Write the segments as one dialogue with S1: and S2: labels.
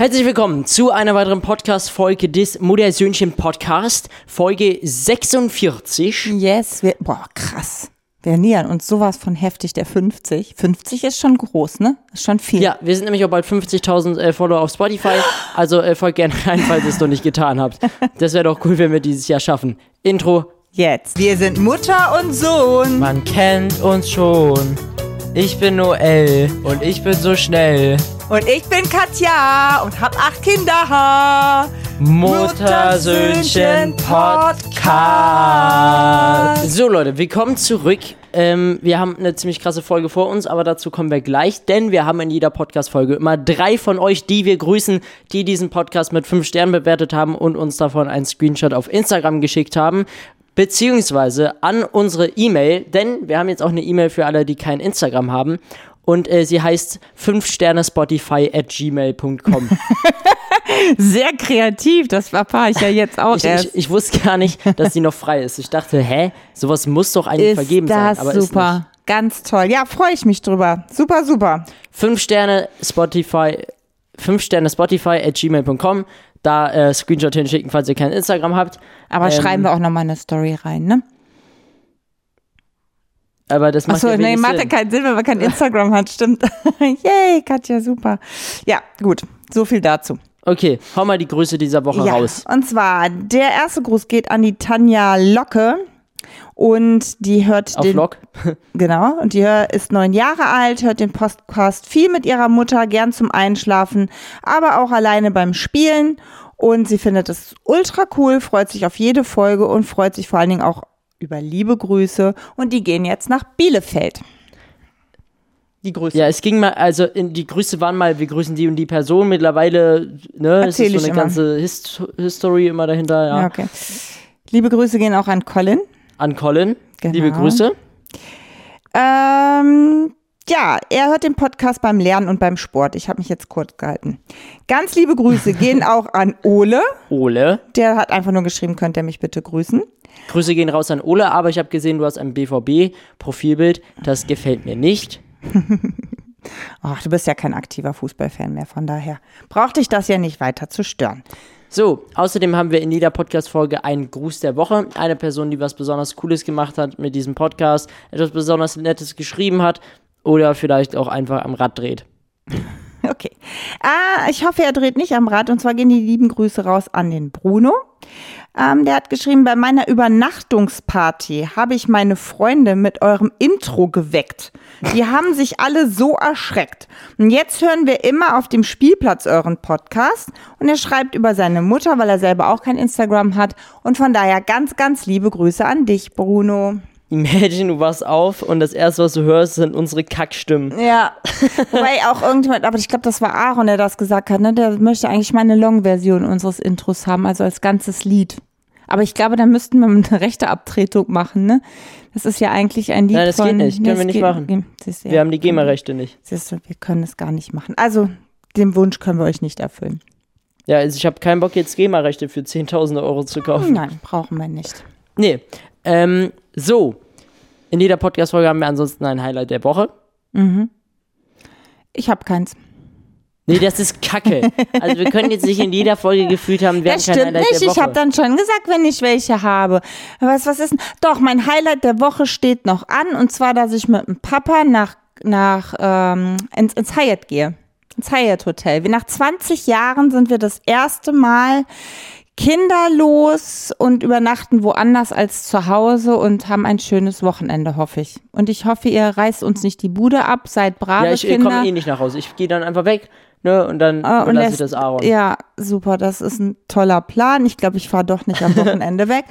S1: Herzlich willkommen zu einer weiteren Podcast-Folge des Modersöhnchen-Podcast, Folge 46.
S2: Yes, wir, boah, krass. Wir nähern uns sowas von heftig der 50. 50 ist schon groß, ne? Ist schon viel.
S1: Ja, wir sind nämlich auch bald 50.000 äh, Follower auf Spotify, also äh, folgt gerne rein, falls ihr es noch nicht getan habt. Das wäre doch cool, wenn wir dieses Jahr schaffen. Intro,
S2: Jetzt. Wir sind Mutter und Sohn.
S3: Man kennt uns schon. Ich bin Noel und ich bin so schnell.
S2: Und ich bin Katja und hab acht Kinder.
S3: Muttersöhnchen Podcast.
S1: So Leute, willkommen zurück. Ähm, wir haben eine ziemlich krasse Folge vor uns, aber dazu kommen wir gleich, denn wir haben in jeder Podcast-Folge immer drei von euch, die wir grüßen, die diesen Podcast mit fünf Sternen bewertet haben und uns davon einen Screenshot auf Instagram geschickt haben. Beziehungsweise an unsere E-Mail, denn wir haben jetzt auch eine E-Mail für alle, die kein Instagram haben. Und äh, sie heißt 5 Sterne Spotify at gmail.com.
S2: Sehr kreativ, das verpaar ich ja jetzt auch
S1: Ich,
S2: erst.
S1: ich, ich wusste gar nicht, dass die noch frei ist. Ich dachte, hä, sowas muss doch eigentlich vergeben sein.
S2: das
S1: Aber Ist nicht.
S2: super. Ganz toll. Ja, freue ich mich drüber. Super, super.
S1: Fünf Sterne Spotify, fünf Sterne Spotify at gmail.com. Da äh, Screenshot hinschicken, falls ihr kein Instagram habt.
S2: Aber
S1: Ähm,
S2: schreiben wir auch nochmal eine Story rein, ne?
S1: Aber das macht
S2: Achso,
S1: ja
S2: nee,
S1: wenig
S2: macht ja
S1: Sinn.
S2: keinen Sinn, wenn man kein Instagram hat, stimmt. Yay, Katja, super. Ja, gut. So viel dazu.
S1: Okay, hau mal die Grüße dieser Woche raus.
S2: Und zwar, der erste Gruß geht an die Tanja Locke. Und die hört
S1: Auf
S2: den.
S1: Vlog.
S2: Genau. Und die hör- ist neun Jahre alt, hört den Podcast viel mit ihrer Mutter, gern zum Einschlafen, aber auch alleine beim Spielen. Und sie findet es ultra cool, freut sich auf jede Folge und freut sich vor allen Dingen auch über liebe Grüße. Und die gehen jetzt nach Bielefeld. Die Grüße.
S1: Ja, es ging mal, also in, die Grüße waren mal, wir grüßen die und die Person. Mittlerweile, ne, es ist
S2: Erzähl
S1: so
S2: ich
S1: eine
S2: immer.
S1: ganze Hist History immer dahinter. Ja.
S2: Ja, okay. Liebe Grüße gehen auch an Colin.
S1: An Colin,
S2: Genau.
S1: liebe Grüße.
S2: Ähm, ja, er hört den Podcast beim Lernen und beim Sport. Ich habe mich jetzt kurz gehalten. Ganz liebe Grüße gehen auch an Ole.
S1: Ole.
S2: Der hat einfach nur geschrieben, könnt ihr mich bitte grüßen.
S1: Grüße gehen raus an Ole, aber ich habe gesehen, du hast ein BVB-Profilbild. Das gefällt mir nicht.
S2: Ach, du bist ja kein aktiver Fußballfan mehr, von daher brauchte ich das ja nicht weiter zu stören.
S1: So, außerdem haben wir in jeder Podcast-Folge einen Gruß der Woche. Eine Person, die was besonders Cooles gemacht hat mit diesem Podcast, etwas besonders Nettes geschrieben hat oder vielleicht auch einfach am Rad dreht.
S2: Okay. Ah, ich hoffe, er dreht nicht am Rad. Und zwar gehen die lieben Grüße raus an den Bruno. Ähm, der hat geschrieben, bei meiner Übernachtungsparty habe ich meine Freunde mit eurem Intro geweckt. Die haben sich alle so erschreckt. Und jetzt hören wir immer auf dem Spielplatz euren Podcast. Und er schreibt über seine Mutter, weil er selber auch kein Instagram hat. Und von daher ganz, ganz liebe Grüße an dich, Bruno.
S1: Imagine, du wachst auf und das erste, was du hörst, sind unsere Kackstimmen.
S2: Ja. Wobei auch irgendjemand, aber ich glaube, das war Aaron, der das gesagt hat, ne? Der möchte eigentlich mal eine Long-Version unseres Intros haben, also als ganzes Lied. Aber ich glaube, da müssten wir eine rechte Abtretung machen, ne? Das ist ja eigentlich ein Lied
S1: Nein, das
S2: von...
S1: geht nicht. Können wir
S2: es
S1: nicht
S2: geht-
S1: machen.
S2: geht- Siehst du,
S1: Wir
S2: ja.
S1: haben die GEMA-Rechte nicht.
S2: Siehst du, wir können es gar nicht machen. Also, den Wunsch können wir euch nicht erfüllen.
S1: Ja, also ich habe keinen Bock, jetzt GEMA-Rechte für 10.000 Euro zu kaufen.
S2: Nein, brauchen wir nicht.
S1: Nee. Ähm, so. In jeder Podcast-Folge haben wir ansonsten ein Highlight der Woche.
S2: Ich habe keins.
S1: Nee, das ist Kacke. Also wir können jetzt nicht in jeder Folge gefühlt haben, wir haben
S2: Das
S1: kein
S2: stimmt
S1: Highlight
S2: nicht.
S1: der Woche.
S2: Ich habe dann schon gesagt, wenn ich welche habe. Was, was ist denn? Doch, mein Highlight der Woche steht noch an. Und zwar, dass ich mit dem Papa nach, nach ähm, ins, ins Hyatt gehe. Ins Hyatt Hotel. Wir nach 20 Jahren sind wir das erste Mal kinderlos und übernachten woanders als zu Hause und haben ein schönes Wochenende, hoffe ich. Und ich hoffe, ihr reißt uns nicht die Bude ab, seid brave
S1: ja, ich
S2: Kinder.
S1: komme eh nicht nach Hause. Ich gehe dann einfach weg, ne, und dann
S2: Ah,
S1: überlasse ich das Aaron.
S2: Ja, super, das ist ein toller Plan. Ich glaube, ich fahre doch nicht am Wochenende weg.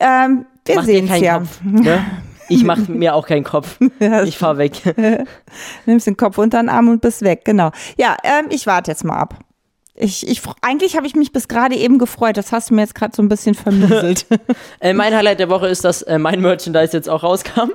S2: Ähm, wir
S1: Mach dir
S2: sehen
S1: keinen
S2: ja.
S1: Kopf, ne? Ich mache mir auch keinen Kopf. Ich fahr weg.
S2: Nimmst den Kopf unter den Arm und bist weg, genau. Ja, ähm, ich warte jetzt mal ab. Ich, ich, fr- eigentlich habe ich mich bis gerade eben gefreut. Das hast du mir jetzt gerade so ein bisschen vermieselt.
S1: Äh, mein Highlight der Woche ist, dass äh, mein Merchandise jetzt auch rauskam.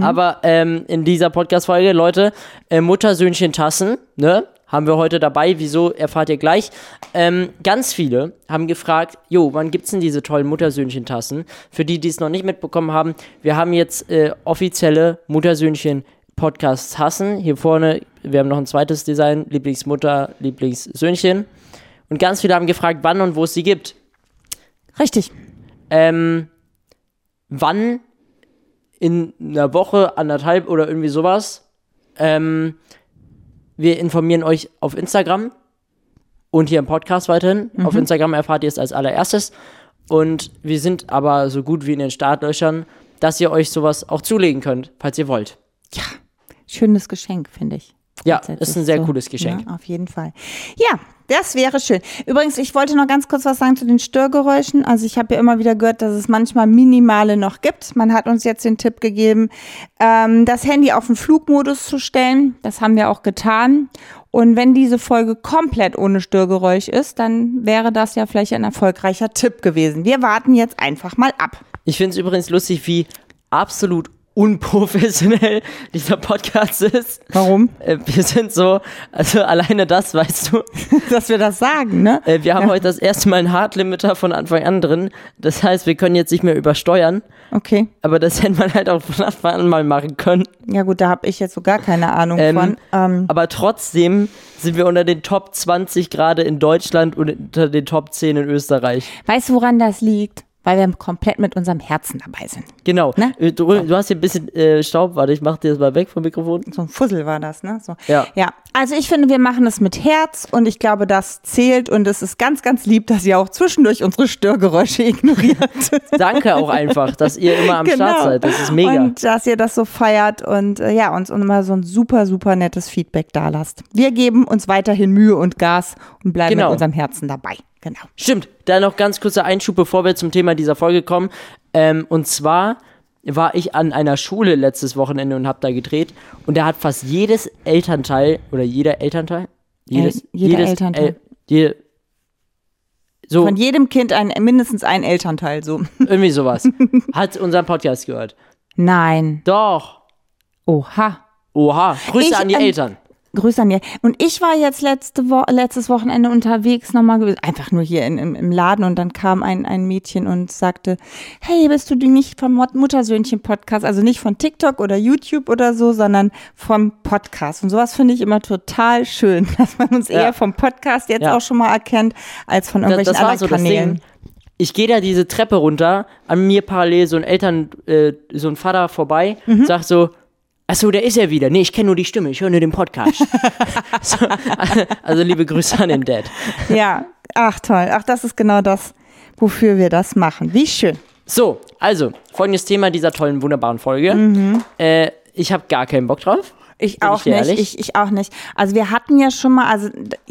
S1: Aber ähm, in dieser Podcast-Folge, Leute, äh, Mutter-Söhnchen-Tassen, ne? Haben wir heute dabei, wieso erfahrt ihr gleich. Ähm, ganz viele haben gefragt, jo, wann gibt's denn diese tollen Muttersöhnchen-Tassen? Für die, die es noch nicht mitbekommen haben, wir haben jetzt äh, offizielle Muttersöhnchen-Podcasts-Tassen. Hier vorne, wir haben noch ein zweites Design, Lieblingsmutter, Lieblingssöhnchen. Und ganz viele haben gefragt, wann und wo es sie gibt.
S2: Richtig.
S1: Ähm, wann in einer Woche, anderthalb oder irgendwie sowas. Ähm, wir informieren euch auf Instagram und hier im Podcast weiterhin. Auf Instagram erfahrt ihr es als allererstes. Und wir sind aber so gut wie in den Startlöchern, dass ihr euch sowas auch zulegen könnt, falls ihr wollt.
S2: Schönes Geschenk, finde ich.
S1: Ja,
S2: Grundsätzlich
S1: ist ein sehr cooles Geschenk.
S2: Ja, ne? auf jeden Fall. Ja, das wäre schön. Übrigens, ich wollte noch ganz kurz was sagen zu den Störgeräuschen. Also ich habe ja immer wieder gehört, dass es manchmal minimale noch gibt. Man hat uns jetzt den Tipp gegeben, ähm, das Handy auf den Flugmodus zu stellen. Das haben wir auch getan. Und wenn diese Folge komplett ohne Störgeräusch ist, dann wäre das ja vielleicht ein erfolgreicher Tipp gewesen. Wir warten jetzt einfach mal ab.
S1: Ich finde es übrigens lustig, wie absolut unprofessionell dieser Podcast ist.
S2: Warum?
S1: Äh, Wir sind so, also alleine das weißt du.
S2: Dass wir das sagen, ne?
S1: Äh, Wir haben heute das erste Mal einen Hardlimiter von Anfang an drin. Das heißt, wir können jetzt nicht mehr übersteuern.
S2: Okay.
S1: Aber das hätte man halt auch von Anfang an mal machen können.
S2: Ja gut, da habe ich jetzt so gar keine Ahnung
S1: Ähm,
S2: von. Ähm,
S1: Aber trotzdem sind wir unter den Top 20 gerade in Deutschland und unter den Top 10 in Österreich.
S2: Weißt du, woran das liegt? Weil wir komplett mit unserem Herzen dabei sind.
S1: Genau.
S2: Ne?
S1: Äh, Du, du hast hier ein bisschen äh, Staub. Warte, ich mach dir das mal weg vom Mikrofon.
S2: So ein Fussel war das, ne? So.
S1: Ja.
S2: ja. Also ich finde, wir machen es mit Herz und ich glaube, das zählt und es ist ganz, ganz lieb, dass ihr auch zwischendurch unsere Störgeräusche ignoriert. Genau.
S1: Danke auch einfach, dass ihr immer am Start seid. Das ist mega.
S2: Und dass ihr das so feiert und äh, ja, uns immer so ein super, super nettes Feedback da lasst. Wir geben uns weiterhin Mühe und Gas und bleiben
S1: Genau.
S2: mit unserem Herzen dabei. Genau.
S1: Stimmt, da noch ganz kurzer Einschub, bevor wir zum Thema dieser Folge kommen. Ähm, und zwar war ich an einer Schule letztes Wochenende und habe da gedreht. Und da hat fast jedes Elternteil oder jeder Elternteil, jedes,
S2: Äh, jeder
S1: jedes
S2: Elternteil.
S1: El- jede, so
S2: Von jedem Kind ein, mindestens ein Elternteil so.
S1: irgendwie sowas hat unseren Podcast gehört.
S2: Nein.
S1: Doch.
S2: Oha.
S1: Oha, Grüße
S2: Ich,
S1: an die
S2: ähm,
S1: Eltern.
S2: Grüße an dir. Und ich war jetzt letzte Wo letztes Wochenende unterwegs nochmal gewesen, einfach nur hier in, im, im Laden und dann kam ein, ein Mädchen und sagte, hey, bist du die nicht vom Mut- Muttersöhnchen-Podcast, also nicht von TikTok oder YouTube oder so, sondern vom Podcast. Und sowas finde ich immer total schön, dass man uns
S1: Ja.
S2: eher vom Podcast jetzt
S1: Ja.
S2: auch schon mal erkennt, als von
S1: Das,
S2: irgendwelchen
S1: das war
S2: anderen
S1: so das
S2: Kanälen.
S1: Ding. Ich gehe da diese Treppe runter, an mir parallel so ein Eltern, äh, so ein Vater vorbei,
S2: Mhm.
S1: sagt so, achso, der ist ja wieder. Nee, ich kenne nur die Stimme, ich höre nur den Podcast. so, also liebe Grüße an den Dad.
S2: Ja, ach toll. Ach, das ist genau das, wofür wir das machen. Wie schön.
S1: So, also, folgendes Thema dieser tollen, wunderbaren Folge.
S2: Mhm.
S1: Äh, ich habe gar keinen Bock drauf.
S2: Ich
S1: Bin
S2: auch
S1: ich dir
S2: nicht.
S1: ehrlich?
S2: Ich, ich auch nicht. Also wir hatten ja schon mal, also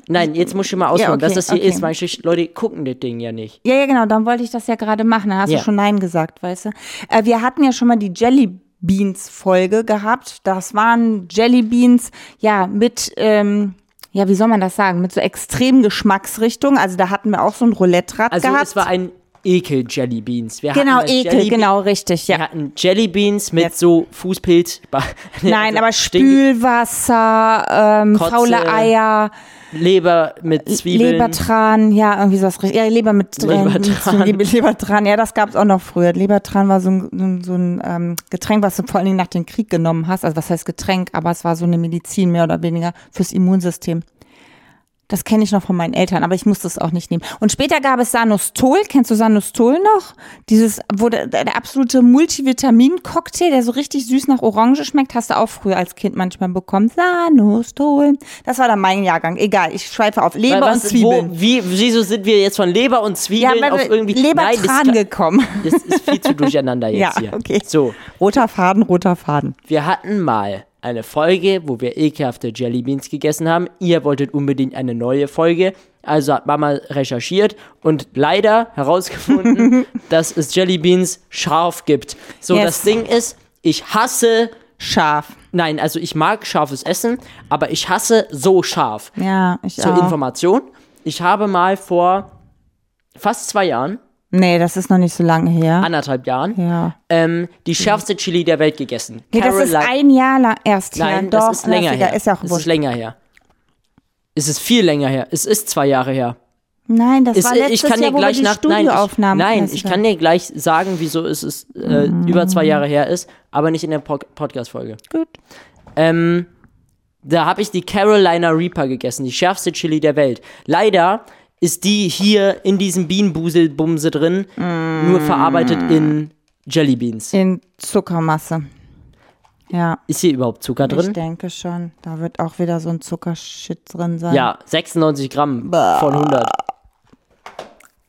S1: Nein, jetzt muss ich schon mal ausholen,
S2: okay,
S1: dass das hier
S2: okay.
S1: ist, weil ich, Leute gucken das Ding ja nicht.
S2: Ja, ja, genau, dann wollte ich das ja gerade machen. Da hast
S1: Ja.
S2: du schon Nein gesagt, weißt du. Äh, wir hatten ja schon mal die Jelly Beans Folge gehabt. Das waren Jelly Beans, ja, mit, ähm, ja, wie soll man das sagen, mit so extrem Geschmacksrichtung. Also da hatten wir auch so ein Roulette-Rad
S1: Also,
S2: gehabt.
S1: es war ein Ekel Jelly Beans. Wir
S2: genau,
S1: hatten das
S2: Ekel,
S1: Jelly-
S2: genau, richtig, ja.
S1: Wir hatten Jelly Beans mit
S2: Ja.
S1: so Fußpilz.
S2: Nein, aber
S1: Stink-
S2: Spülwasser, ähm,
S1: also Kotze,
S2: faule Eier,
S1: Leber mit Zwiebeln.
S2: Lebertran, ja, irgendwie sowas. richtig- Ja, Leber mit äh,
S1: Lebertran.
S2: mit- mit Lebertran, ja, das gab es auch noch früher. Lebertran war so ein, so ein, so ein ähm, Getränk, was du vor allen Dingen nach dem Krieg genommen hast. Also was heißt Getränk, aber es war so eine Medizin mehr oder weniger fürs Immunsystem. Das kenne ich noch von meinen Eltern, aber ich musste es auch nicht nehmen. Und später gab es Sanostol. Kennst du Sanostol noch? Dieses, wo der, der der absolute Multivitamin-Cocktail, der so richtig süß nach Orange schmeckt, hast du auch früher als Kind manchmal bekommen. Sanostol. Das war dann mein Jahrgang. Egal, ich schweife auf.
S1: Weil
S2: Leber
S1: was-
S2: und Zwiebeln.
S1: Wo, wie, wieso sind wir jetzt von Leber und Zwiebeln
S2: weil
S1: auf
S2: wir
S1: irgendwie... Nein, das,
S2: Lebertran
S1: kla-
S2: gekommen.
S1: das ist viel zu durcheinander jetzt
S2: Ja,
S1: hier.
S2: okay.
S1: So,
S2: Roter Faden, roter Faden.
S1: wir hatten mal eine Folge, wo wir ekelhafte Jellybeans gegessen haben. Ihr wolltet unbedingt eine neue Folge. Also hat Mama recherchiert und leider herausgefunden, dass es Jellybeans scharf gibt. So,
S2: Yes.
S1: das Ding ist, ich hasse
S2: Scharf.
S1: Nein, also ich mag scharfes Essen, aber ich hasse so scharf.
S2: Ja, ich
S1: Zur
S2: auch.
S1: Information, ich habe mal vor fast zwei Jahren,
S2: Nee, das ist noch nicht so lange her.
S1: anderthalb Jahren,
S2: Ja. Mhm.
S1: ähm, die schärfste Chili der Welt gegessen.
S2: Nee, das ist
S1: Caroline-
S2: ein Jahr lang erst her.
S1: Nein,
S2: Doch,
S1: das ist länger
S2: das egal,
S1: her.
S2: Ist ja auch
S1: das ist
S2: wurscht.
S1: länger her. Es ist viel länger her. Es ist zwei Jahre her.
S2: Nein, das
S1: Es, äh,
S2: war
S1: ich
S2: letztes
S1: kann dir
S2: Jahr, wo
S1: gleich
S2: wir die
S1: nach nein, ich,
S2: Studioaufnahmen Mhm.
S1: nein,
S2: fest
S1: ich
S2: hatten.
S1: kann dir gleich sagen, wieso es ist, äh, über zwei Jahre her ist, aber nicht in der Pod Podcast-Folge.
S2: Gut.
S1: Ähm, da habe ich die Carolina Reaper gegessen, die schärfste Chili der Welt. Leider ist die hier in diesem Bienenbuselbumse drin, nur verarbeitet
S2: Mm.
S1: in Jellybeans.
S2: In Zuckermasse. Ja,
S1: Ist hier überhaupt Zucker
S2: ich
S1: drin?
S2: denke schon. Da wird auch wieder so ein Zuckershit drin sein.
S1: Ja, 96 Gramm von 100.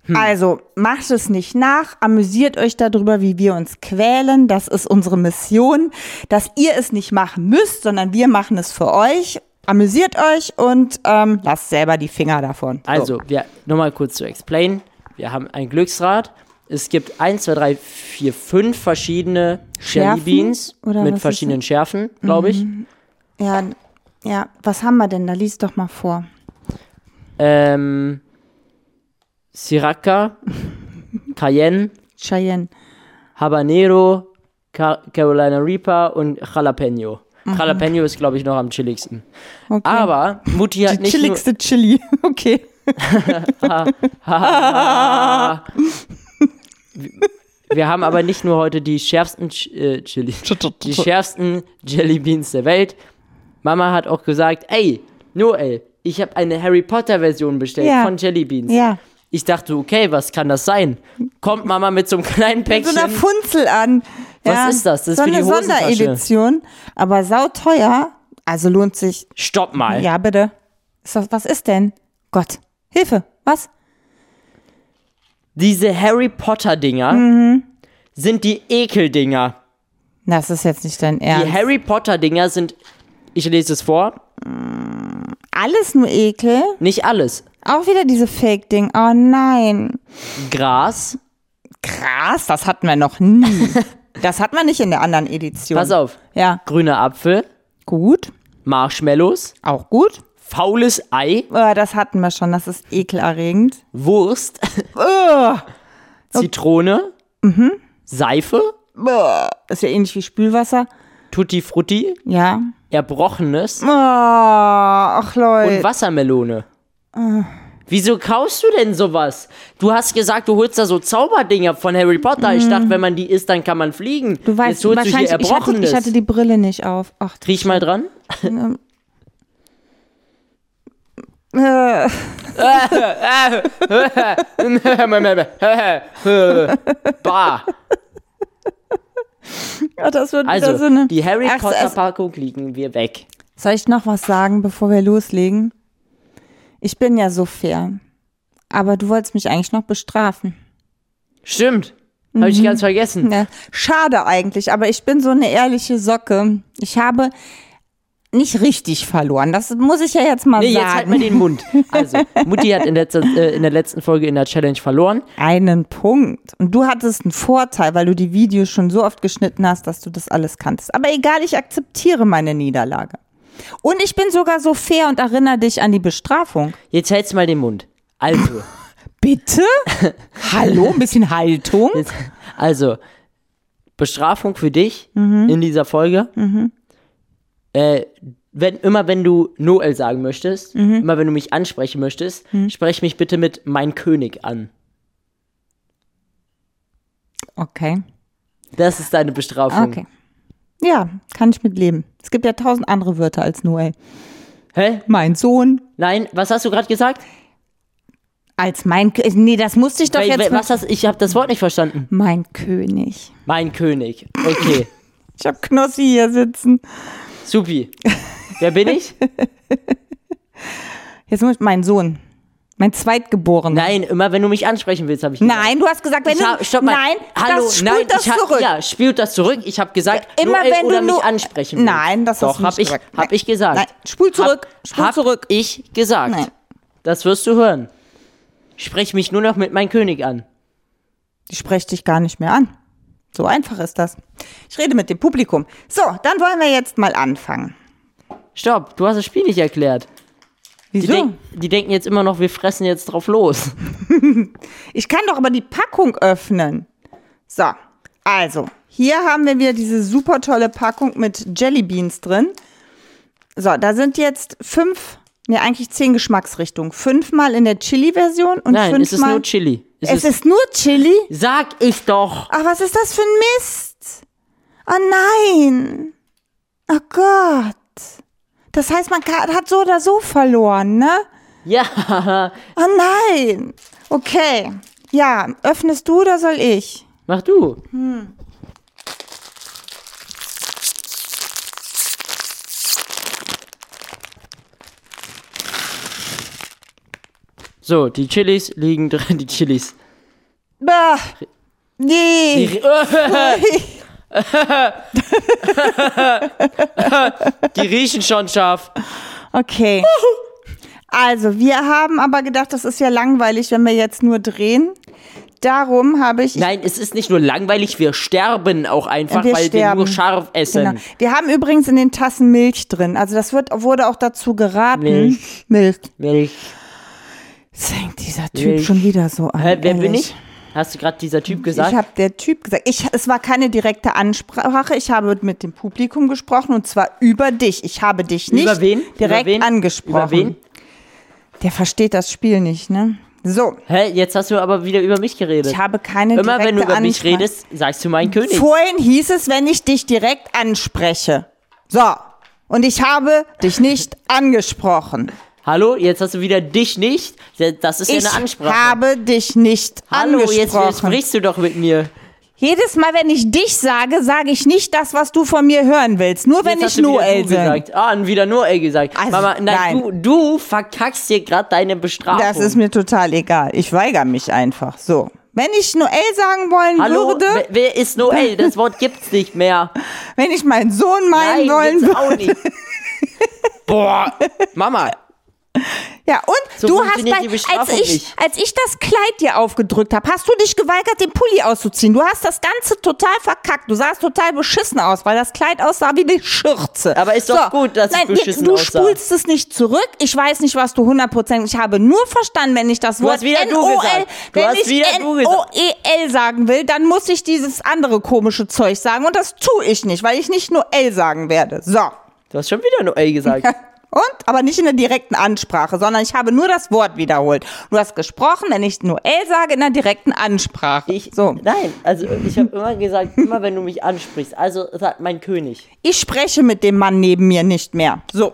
S1: Hm.
S2: Also macht es nicht nach, amüsiert euch darüber, wie wir uns quälen. Das ist unsere Mission, dass ihr es nicht machen müsst, sondern wir machen es für euch. Amüsiert euch und ähm, lasst selber die Finger davon. So.
S1: Also, wir, nochmal kurz zu explain. Wir haben ein Glücksrad. Es gibt 1, 2, 3, 4, 5 verschiedene
S2: Schärfen?
S1: Jellybeans
S2: Oder was
S1: mit
S2: ist Mhm.
S1: verschiedenen Schärfen, glaube ich.
S2: ja, ja, was haben wir denn? Da liest doch mal vor.
S1: Ähm, Siraka, Cayenne,
S2: Cheyenne.
S1: Habanero, Ca- Carolina Reaper und Jalapeno. Jalapeno ist, glaube ich, noch am chilligsten.
S2: Mhm. Okay.
S1: Aber Mutti
S2: die
S1: hat nicht nur,
S2: chilligste Chili. Okay.
S1: Wir haben aber nicht nur heute die schärfsten Ch äh, Chili, die schärfsten Jellybeans der Welt. Mama hat auch gesagt, ey, Noel, ich habe eine Harry Potter Version bestellt
S2: Ja.
S1: von Jellybeans.
S2: Ja.
S1: Ich dachte, okay, was kann das sein? Kommt Mama mit so einem kleinen
S2: So
S1: Päckchen.
S2: einer Funzel an.
S1: Was ist das? Das ist
S2: so
S1: für die
S2: eine
S1: Hosentasche.
S2: Sonderedition, aber sauteuer. Also lohnt sich
S1: Stopp mal.
S2: Ja, bitte. Ist das, was ist denn? Gott, Hilfe, was?
S1: Diese Harry Potter Dinger
S2: Mhm.
S1: sind die Ekeldinger.
S2: Na, Das ist jetzt nicht dein
S1: Die
S2: Ernst.
S1: Harry Potter Dinger sind ich lese es vor,
S2: Alles nur Ekel.
S1: nicht alles.
S2: Auch wieder diese Fake-Ding. Oh nein.
S1: Gras.
S2: Krass, das hatten wir noch nie. das hatten wir nicht in der anderen Edition.
S1: Pass auf.
S2: Ja,
S1: Grüner Apfel,
S2: gut.
S1: Marshmallows,
S2: Auch gut.
S1: faules Ei,
S2: Äh, das hatten wir schon. Das ist ekelerregend.
S1: Wurst,
S2: Ah!
S1: Zitrone,
S2: Mhm.
S1: Seife,
S2: Bäh. Ist ja ähnlich wie Spülwasser.
S1: Tutti Frutti,
S2: Ja.
S1: Erbrochenes
S2: Oh, ach Leute.
S1: und Wassermelone.
S2: Ah.
S1: Wieso kaufst du denn sowas? Du hast gesagt, du holst da so Zauberdinger von Harry Potter. Ich dachte, wenn man die isst, dann kann man fliegen.
S2: Mhm. Du weißt,
S1: Jetzt holst du hier
S2: wahrscheinlich, ich hatte,
S1: Erbrochenes.
S2: ich hatte die Brille nicht auf. Ach,
S1: Riech mal dran.
S2: äh,
S1: bah.
S2: das wird wieder so
S1: Also,
S2: eine
S1: die Harry
S2: Ach,
S1: Potter
S2: es-
S1: Packung liegen wir weg.
S2: Soll ich noch was sagen, bevor wir loslegen? Ich bin ja so fair. Aber du wolltest mich eigentlich noch bestrafen.
S1: Stimmt. Habe
S2: Mhm.
S1: ich ganz vergessen.
S2: Ja, schade eigentlich, aber ich bin so eine ehrliche Socke. Ich habe nicht richtig verloren. Das muss ich ja jetzt mal
S1: Nee,
S2: sagen.
S1: jetzt halt mal den Mund. Also, Mutti hat in, letzter, äh, in der letzten Folge in der Challenge verloren.
S2: Einen Punkt. Und du hattest einen Vorteil, weil du die Videos schon so oft geschnitten hast, dass du das alles kanntest. Aber egal, ich akzeptiere meine Niederlage. Und ich bin sogar so fair und erinnere dich an die Bestrafung.
S1: Jetzt hältst du mal den Mund. Also,
S2: Bitte? Hallo, ein bisschen Haltung?
S1: jetzt, also Bestrafung für dich
S2: Mhm.
S1: in dieser Folge. Äh, wenn, immer wenn du Noel sagen möchtest,
S2: Mhm.
S1: immer wenn du mich ansprechen möchtest, sprech mich bitte mit mein König an.
S2: Okay.
S1: Das ist deine Bestrafung.
S2: Okay. Ja, kann ich mit leben. Es gibt ja tausend andere Wörter als Noel.
S1: Hä?
S2: Mein Sohn.
S1: Nein, was hast du gerade gesagt?
S2: Als mein König. Nee, das musste ich doch
S1: Weil-
S2: jetzt.
S1: weil- was hast, ich habe das Wort nicht verstanden.
S2: mein König.
S1: Mein König. Okay.
S2: Ich hab Knossi hier sitzen.
S1: Supi. Wer bin ich?
S2: Jetzt muss ich mein Sohn. Mein Zweitgeborener.
S1: Nein, immer wenn du mich ansprechen willst, habe ich gesagt.
S2: Nein, du hast gesagt, wenn
S1: Ich hab,
S2: du.
S1: stopp mal.
S2: nein,
S1: Hallo,
S2: das spült
S1: nein,
S2: das
S1: ich hab,
S2: zurück.
S1: Ja, spült das zurück. Ich habe gesagt,
S2: Ja, immer
S1: Noel
S2: wenn du
S1: oder mich
S2: nur-
S1: ansprechen willst.
S2: Nein, das
S1: Doch,
S2: hast du nicht
S1: hab ich,
S2: gesagt.
S1: Hab
S2: Nein.
S1: ich gesagt.
S2: Nein, spul zurück,
S1: Hab,
S2: spul
S1: hab
S2: zurück.
S1: ich gesagt.
S2: Nein.
S1: Das wirst du hören. Sprech mich nur noch mit meinem König an.
S2: Ich spreche dich gar nicht mehr an. So einfach ist das. Ich rede mit dem Publikum. So, dann wollen wir jetzt mal anfangen.
S1: Stopp, du hast das Spiel nicht erklärt. Die,
S2: Wieso?
S1: denk, die denken jetzt immer noch, wir fressen jetzt drauf los.
S2: Ich kann doch aber die Packung öffnen. So, also, hier haben wir wieder diese super tolle Packung mit Jellybeans drin. So, da sind jetzt fünf, ne, eigentlich zehn Geschmacksrichtungen. Fünfmal in der Chili-Version und
S1: Nein, es ist
S2: fünfmal.
S1: nur Chili. Es
S2: Es
S1: ist,
S2: ist nur Chili?
S1: sag ich doch.
S2: Ach, was ist das für ein Mist? Oh nein. Oh Gott. Das heißt, man ka- hat so oder so verloren, ne?
S1: Ja,
S2: Oh nein! Okay. Ja, öffnest du oder soll ich?
S1: mach du.
S2: Hm.
S1: So, die Chilis liegen drin, die Chilis.
S2: Bah. Nee.
S1: Die riechen schon scharf.
S2: Okay. Also, wir haben aber gedacht, das ist ja langweilig, wenn wir jetzt nur drehen. Darum habe ich.
S1: Nein, es ist nicht nur langweilig, wir sterben auch einfach,
S2: Wir
S1: weil wir
S2: sterben.
S1: nur scharf essen.
S2: Genau. Wir haben übrigens in den Tassen Milch drin. Also das wird, wurde auch dazu geraten.
S1: Milch.
S2: Milch.
S1: Milch.
S2: Das hängt dieser Typ
S1: Milch.
S2: schon wieder so an.
S1: Hä, wer bin
S2: ehrlich.
S1: ich? Hast du gerade dieser Typ gesagt?
S2: Ich habe der Typ gesagt. Ich, es war keine direkte Ansprache. Ich habe mit dem Publikum gesprochen und zwar über dich. Ich habe dich nicht
S1: Über wen?
S2: direkt
S1: Über wen?
S2: angesprochen.
S1: Über wen?
S2: Der versteht das Spiel nicht, ne? So,
S1: Hä, jetzt hast du aber wieder über mich geredet.
S2: ich habe keine
S1: Immer
S2: direkte
S1: wenn du über mich
S2: Ansprache.
S1: redest, sagst du mein König.
S2: Vorhin hieß es, wenn ich dich direkt anspreche. So. Und ich habe dich nicht angesprochen.
S1: Hallo, jetzt hast du wieder dich nicht. Das ist ja
S2: Ich
S1: eine Ansprache.
S2: habe dich nicht
S1: Hallo, jetzt, jetzt
S2: angesprochen.
S1: sprichst du doch mit mir.
S2: Jedes Mal, wenn ich dich sage, sage ich nicht das, was du von mir hören willst. Nur wenn
S1: jetzt hast
S2: ich
S1: du wieder
S2: Noel
S1: du
S2: sage.
S1: gesagt. Ah, und wieder Noel gesagt.
S2: Also,
S1: Mama, nein,
S2: nein.
S1: Du, du verkackst dir gerade deine Bestrafung.
S2: Das ist mir total egal. Ich weigere mich einfach. So. Wenn ich Noel sagen wollen
S1: Hallo,
S2: würde,
S1: wer, wer ist Noel? Das Wort gibt's nicht mehr.
S2: wenn ich meinen Sohn meinen
S1: Nein,
S2: wollen
S1: gibt's
S2: würde.
S1: auch nicht. Boah, Mama,
S2: Ja, und
S1: So
S2: du hast
S1: funktioniert
S2: bei,
S1: die
S2: als
S1: Bestrafung
S2: ich,
S1: nicht.
S2: als ich das Kleid dir aufgedrückt habe, hast du dich geweigert, den Pulli auszuziehen. Du hast das Ganze total verkackt. Du sahst total beschissen aus, weil das Kleid aussah wie eine Schürze.
S1: Aber ist doch gut, dass es
S2: Nein,
S1: beschissen
S2: du
S1: aussah.
S2: spulst es nicht zurück. Ich weiß nicht, was du 100%. Ich habe nur verstanden, wenn ich das
S1: Du
S2: Wort
S1: hast wieder du
S2: NOL,
S1: gesagt. Du
S2: wenn
S1: hast
S2: ich
S1: wieder du gesagt.
S2: NOEL sagen will, dann muss ich dieses andere komische Zeug sagen und das tue ich nicht, weil ich nicht nur L sagen werde. So.
S1: du hast schon wieder Noel gesagt.
S2: Und? Aber nicht in der direkten Ansprache, sondern ich habe nur das Wort wiederholt. Du hast gesprochen, wenn ich nur L sage, in der direkten Ansprache.
S1: Ich,
S2: so.
S1: Nein, also ich habe immer gesagt, immer wenn du mich ansprichst, also sag mein König.
S2: Ich spreche mit dem Mann neben mir nicht mehr. So.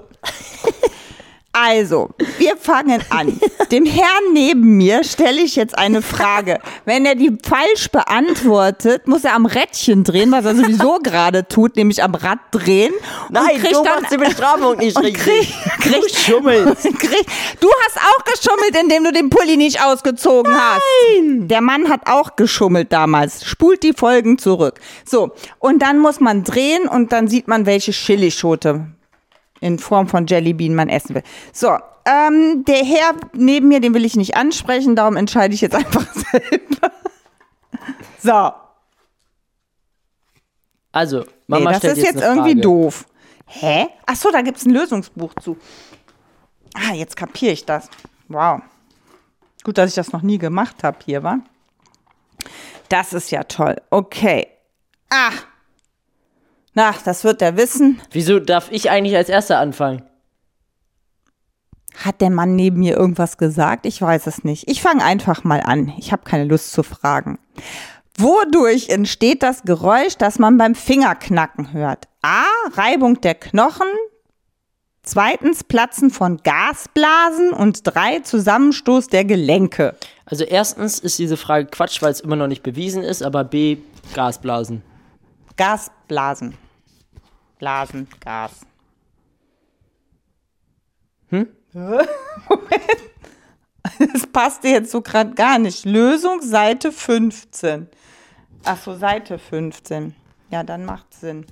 S2: Also, wir fangen an. Dem Herrn neben mir stelle ich jetzt eine Frage. Wenn er die falsch beantwortet, muss er am Rädchen drehen, was er sowieso gerade tut, nämlich am Rad drehen. und
S1: Nein,
S2: kriegt
S1: du
S2: dann
S1: machst die Bestrafung nicht
S2: und
S1: richtig. du schummelst.
S2: Krieg- Du hast auch geschummelt, indem du den Pulli nicht ausgezogen hast. Nein. Der Mann hat auch geschummelt damals. Spult die Folgen zurück. So, und dann muss man drehen und dann sieht man, welche Chilischote in Form von Jellybean man essen will. So, ähm, der Herr neben mir, den will ich nicht ansprechen, darum entscheide ich jetzt einfach selber. So,
S1: Also,
S2: nee,
S1: Mama
S2: das
S1: stellt
S2: ist jetzt,
S1: eine Frage.
S2: irgendwie doof. Hä? Ach so, da gibt es ein Lösungsbuch zu. Ah, jetzt kapiere ich das. Wow. Gut, dass ich das noch nie gemacht habe hier, wa? Das ist ja toll. Okay. Ah. Na, das wird er wissen.
S1: Wieso darf ich eigentlich als Erster anfangen?
S2: Hat der Mann neben mir irgendwas gesagt? Ich weiß es nicht. Ich fange einfach mal an. Ich habe keine Lust zu fragen. Wodurch entsteht das Geräusch, das man beim Fingerknacken hört? A. Reibung der Knochen. Zweitens Platzen von Gasblasen und drei Zusammenstoß der Gelenke.
S1: Also erstens ist diese Frage Quatsch, weil es immer noch nicht bewiesen ist, aber B, Gasblasen.
S2: Gasblasen. Blasen, Gas. Hm? Das passte jetzt so gerade gar nicht. Lösung Seite 15. Ach so, Seite 15. Ja, dann macht Sinn.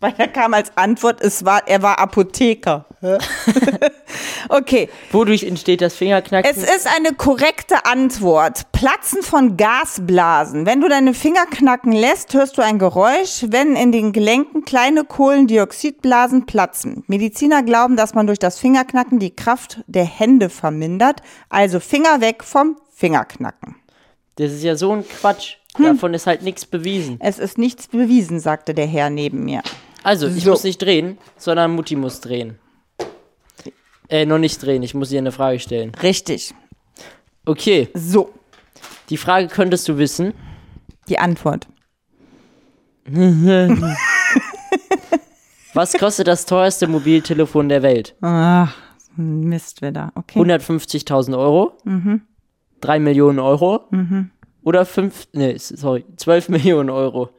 S2: Weil da kam als Antwort, es war, er war Apotheker. Hä? okay,
S1: Wodurch entsteht das Fingerknacken?
S2: es ist eine korrekte Antwort. Platzen von Gasblasen. Wenn du deine Finger knacken lässt, hörst du ein Geräusch, wenn in den Gelenken kleine Kohlendioxidblasen platzen. Mediziner glauben, dass man durch das Fingerknacken die Kraft der Hände vermindert. Also Finger weg vom Fingerknacken.
S1: das ist ja so ein Quatsch.
S2: Hm.
S1: Davon ist halt nichts bewiesen.
S2: Es ist nichts bewiesen, sagte der Herr neben mir.
S1: Also, ich
S2: So.
S1: muss nicht drehen, sondern Mutti muss drehen. Äh, noch nicht drehen, ich muss ihr eine Frage stellen.
S2: Richtig.
S1: Okay,
S2: So,
S1: die Frage könntest du wissen.
S2: die Antwort.
S1: Was kostet das teuerste Mobiltelefon der Welt?
S2: Mist wieder. Okay.
S1: 150.000 Euro, 3 Millionen Euro oder 5, nee, sorry, 12 Millionen Euro.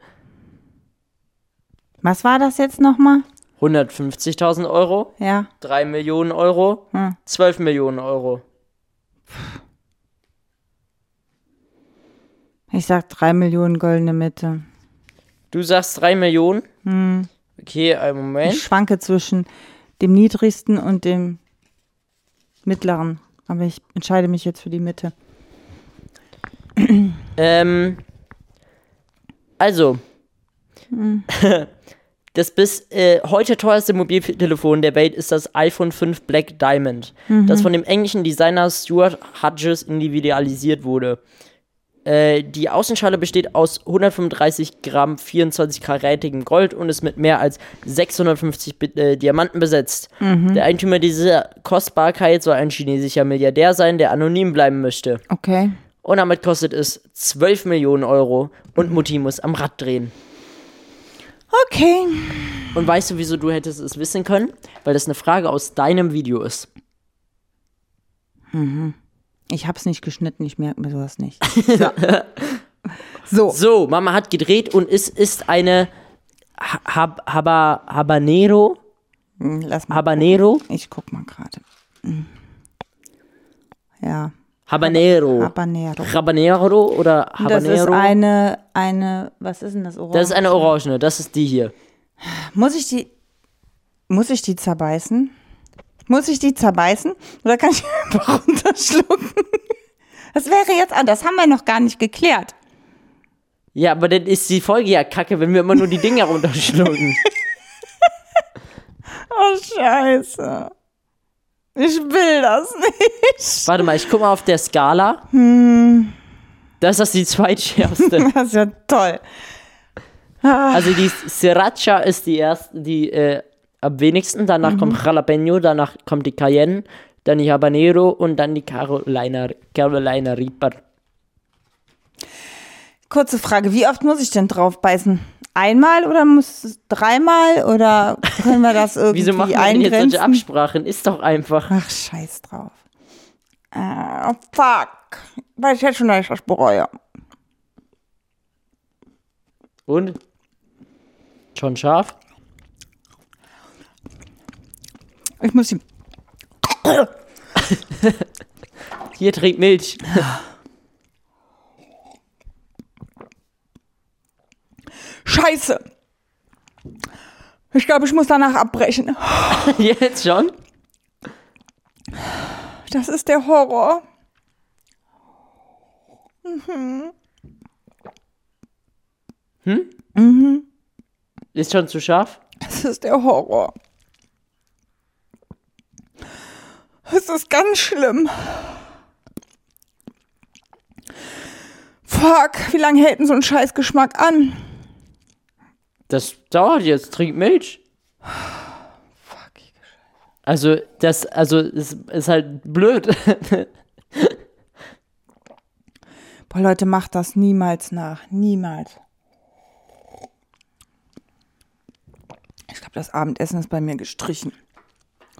S2: Was war das jetzt nochmal?
S1: 150.000 Euro,
S2: Ja.
S1: 3 Millionen Euro,
S2: Hm.
S1: 12 Millionen Euro.
S2: Ich sag drei Millionen goldene Mitte.
S1: Du sagst 3 Millionen? Okay, einen
S2: Ich
S1: Moment.
S2: schwanke zwischen dem niedrigsten und dem mittleren. Aber ich entscheide mich jetzt für die Mitte.
S1: Ähm, also, das bis äh, heute teuerste Mobiltelefon der Welt ist das iPhone 5 Black Diamond, das von dem englischen Designer Stuart Hodges individualisiert wurde. Äh, die Außenschale besteht aus 135 Gramm 24 karätigem Gold und ist mit mehr als 650 Bi äh, Diamanten besetzt. Der Eigentümer dieser Kostbarkeit soll ein chinesischer Milliardär sein, der anonym bleiben möchte.
S2: Okay.
S1: Und damit kostet es 12 Millionen Euro und Mutti muss am Rad drehen.
S2: Okay.
S1: Und weißt du, wieso du hättest es wissen können? Weil das eine Frage aus deinem Video ist.
S2: Ich hab's nicht geschnitten, ich merke mir sowas nicht. So. so.
S1: So, Mama hat gedreht und es ist eine Ha- Hab Haba Habanero,
S2: Hm, Lass mal.
S1: Habanero,
S2: Ich guck mal gerade. Hm. Ja.
S1: Habanero,
S2: Habanero.
S1: Oh. Habanero oder
S2: Das ist
S1: Habanero.
S2: eine, eine, was ist denn das? Orange?
S1: Das ist eine Orangene, das ist die hier.
S2: Muss ich die, muss ich die zerbeißen? Muss ich die zerbeißen? Oder kann ich einfach runterschlucken? Das wäre jetzt anders. Das haben wir noch gar nicht geklärt.
S1: Ja, aber dann ist die Folge ja kacke, wenn wir immer nur die Dinger runterschlucken.
S2: Oh, scheiße. Ich will das nicht.
S1: Warte mal, ich guck mal auf der Skala.
S2: Hm.
S1: Das ist die zweitschärfste.
S2: Das ist ja toll.
S1: Also die Sriracha ist die erste, die äh, am wenigsten, danach kommt Jalapeno, danach kommt die Cayenne, dann die Habanero und dann die Carolina, Carolina Reaper.
S2: Kurze Frage. Wie oft muss ich denn drauf beißen? Einmal oder muss es dreimal? Oder können wir das irgendwie
S1: Wieso machen wir denn jetzt
S2: eingrenzen?
S1: solche Absprachen? Ist doch einfach.
S2: Ach, scheiß drauf. Äh, fuck. Weiß ich jetzt schon, dass ich das bereue.
S1: Und? Schon scharf?
S2: Ich muss die
S1: Hier trinkt Milch.
S2: Scheiße. Ich glaube, ich muss danach abbrechen.
S1: jetzt schon?
S2: Das ist der Horror.
S1: Ist schon zu scharf?
S2: Das ist der Horror. Es ist ganz schlimm. Fuck, wie lange hält denn so ein Scheißgeschmack an?
S1: Das dauert jetzt. Trink Milch. Also, das, also, ist, ist halt blöd.
S2: Boah, Leute, macht das niemals nach. Niemals. Ich glaube, das Abendessen ist bei mir gestrichen.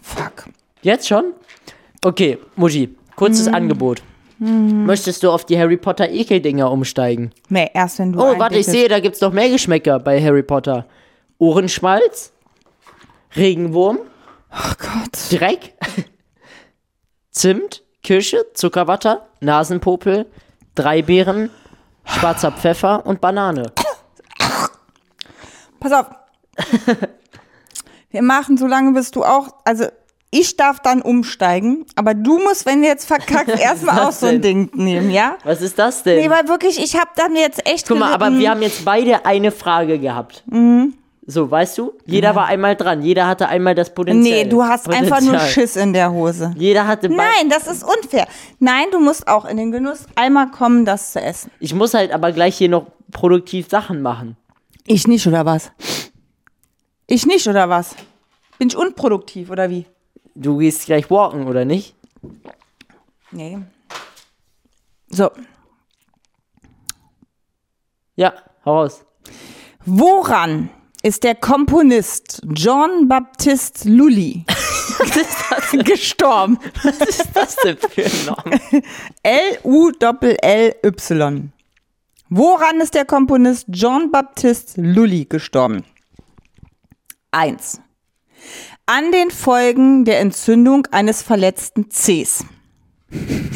S2: Fuck.
S1: Jetzt schon? Okay, Muji, kurzes Angebot. Möchtest du auf die Harry Potter Ekeldinger umsteigen?
S2: Nee, erst wenn du.
S1: Oh, warte, ich
S2: einblickst.
S1: sehe, da gibt's noch mehr Geschmäcker bei Harry Potter. Ohrenschmalz, Regenwurm,
S2: Oh Gott.
S1: Dreck, Zimt, Kirsche, Zuckerwatte, Nasenpopel, drei Beeren, schwarzer Pfeffer und Banane.
S2: Pass auf. Wir machen so lange, bis du auch. Also, ich darf dann umsteigen, aber du musst, wenn du jetzt verkackst, erstmal auch so ein Ding nehmen, ja?
S1: Was ist das denn?
S2: Nee, weil wirklich, ich habe dann jetzt echt.
S1: Guck mal, aber
S2: gelitten.
S1: wir haben jetzt beide eine Frage gehabt. So, weißt du? Jeder war einmal dran. Jeder hatte einmal das Potenzial.
S2: Nee, du hast einfach nur
S1: Potenzial.
S2: Schiss in der Hose.
S1: Jeder hatte bei-
S2: Nein, das ist unfair. Nein, du musst auch in den Genuss einmal kommen, das zu essen.
S1: Ich muss halt aber gleich hier noch produktiv Sachen machen.
S2: Ich nicht, oder was? Ich nicht, oder was? Bin ich unproduktiv, oder wie?
S1: Du gehst gleich walken, oder nicht?
S2: Nee. So,
S1: Ja, hau raus.
S2: Woran ist der Komponist John Baptist Lully
S1: Was ist das denn,
S2: Gestorben.
S1: was ist das denn für ein Name?
S2: L-U-L-L-Y. Woran ist der Komponist Jean-Baptiste Lully gestorben? 1. An den Folgen der Entzündung eines verletzten Cs.
S1: Ist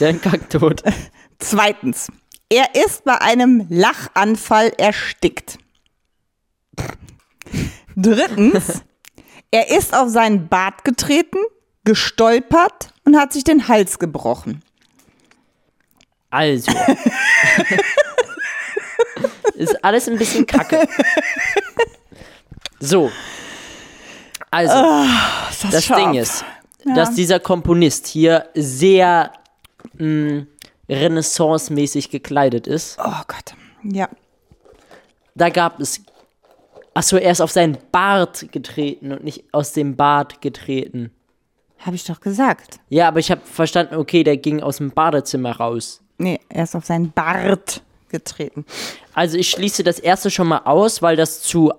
S1: ja ein Kacktod.
S2: Zweitens. Er ist bei einem Lachanfall erstickt. Drittens. Er ist auf seinen Bart getreten, gestolpert und hat sich den Hals gebrochen.
S1: Also. ist alles ein bisschen kacke. So. Also, das
S2: das
S1: Ding ist, dass dieser Komponist hier sehr mh, renaissance-mäßig gekleidet ist.
S2: Oh Gott. Ja.
S1: Da gab es. Achso, er ist auf seinen Bart getreten und nicht aus dem Bad getreten.
S2: Habe ich doch gesagt.
S1: Ja, aber ich habe verstanden, okay, der ging aus dem Badezimmer raus.
S2: Nee, er ist auf seinen Bart getreten.
S1: Also ich schließe das erste schon mal aus, weil das zu,